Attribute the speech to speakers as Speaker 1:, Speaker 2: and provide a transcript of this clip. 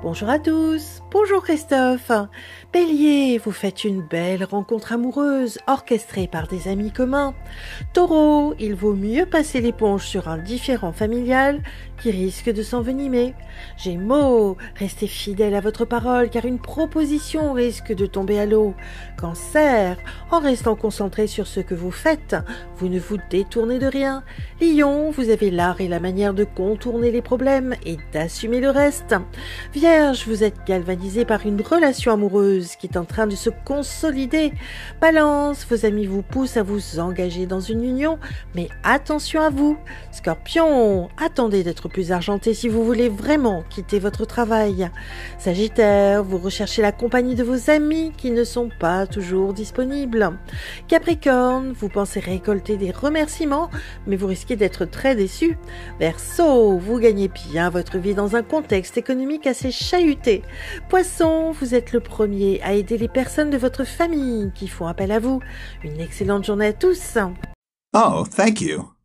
Speaker 1: Bonjour à tous, bonjour Christophe. Bélier, vous faites une belle rencontre amoureuse orchestrée par des amis communs. Taureau, il vaut mieux passer l'éponge sur un différent familial qui risque de s'envenimer. Gémeaux, restez fidèle à votre parole car une proposition risque de tomber à l'eau. Cancer, en restant concentré sur ce que vous faites, vous ne vous détournez de rien. Lion, vous avez l'art et la manière de contourner les problèmes et d'assumer le reste. Vierge, vous êtes galvanisé par une relation amoureuse qui est en train de se consolider. Balance, vos amis vous poussent à vous engager dans une union, mais attention à vous. Scorpion, attendez d'être plus argenté si vous voulez vraiment quitter votre travail. Sagittaire, vous recherchez la compagnie de vos amis qui ne sont pas toujours disponibles. Capricorne, vous pensez récolter des remerciements, mais vous risquez d'être très déçu. Verseau, vous gagnez bien votre vie dans un contexte économique assez chahuté. Poisson, vous êtes le premier à aider les personnes de votre famille qui font appel à vous. Une excellente journée à tous.
Speaker 2: Oh, thank you.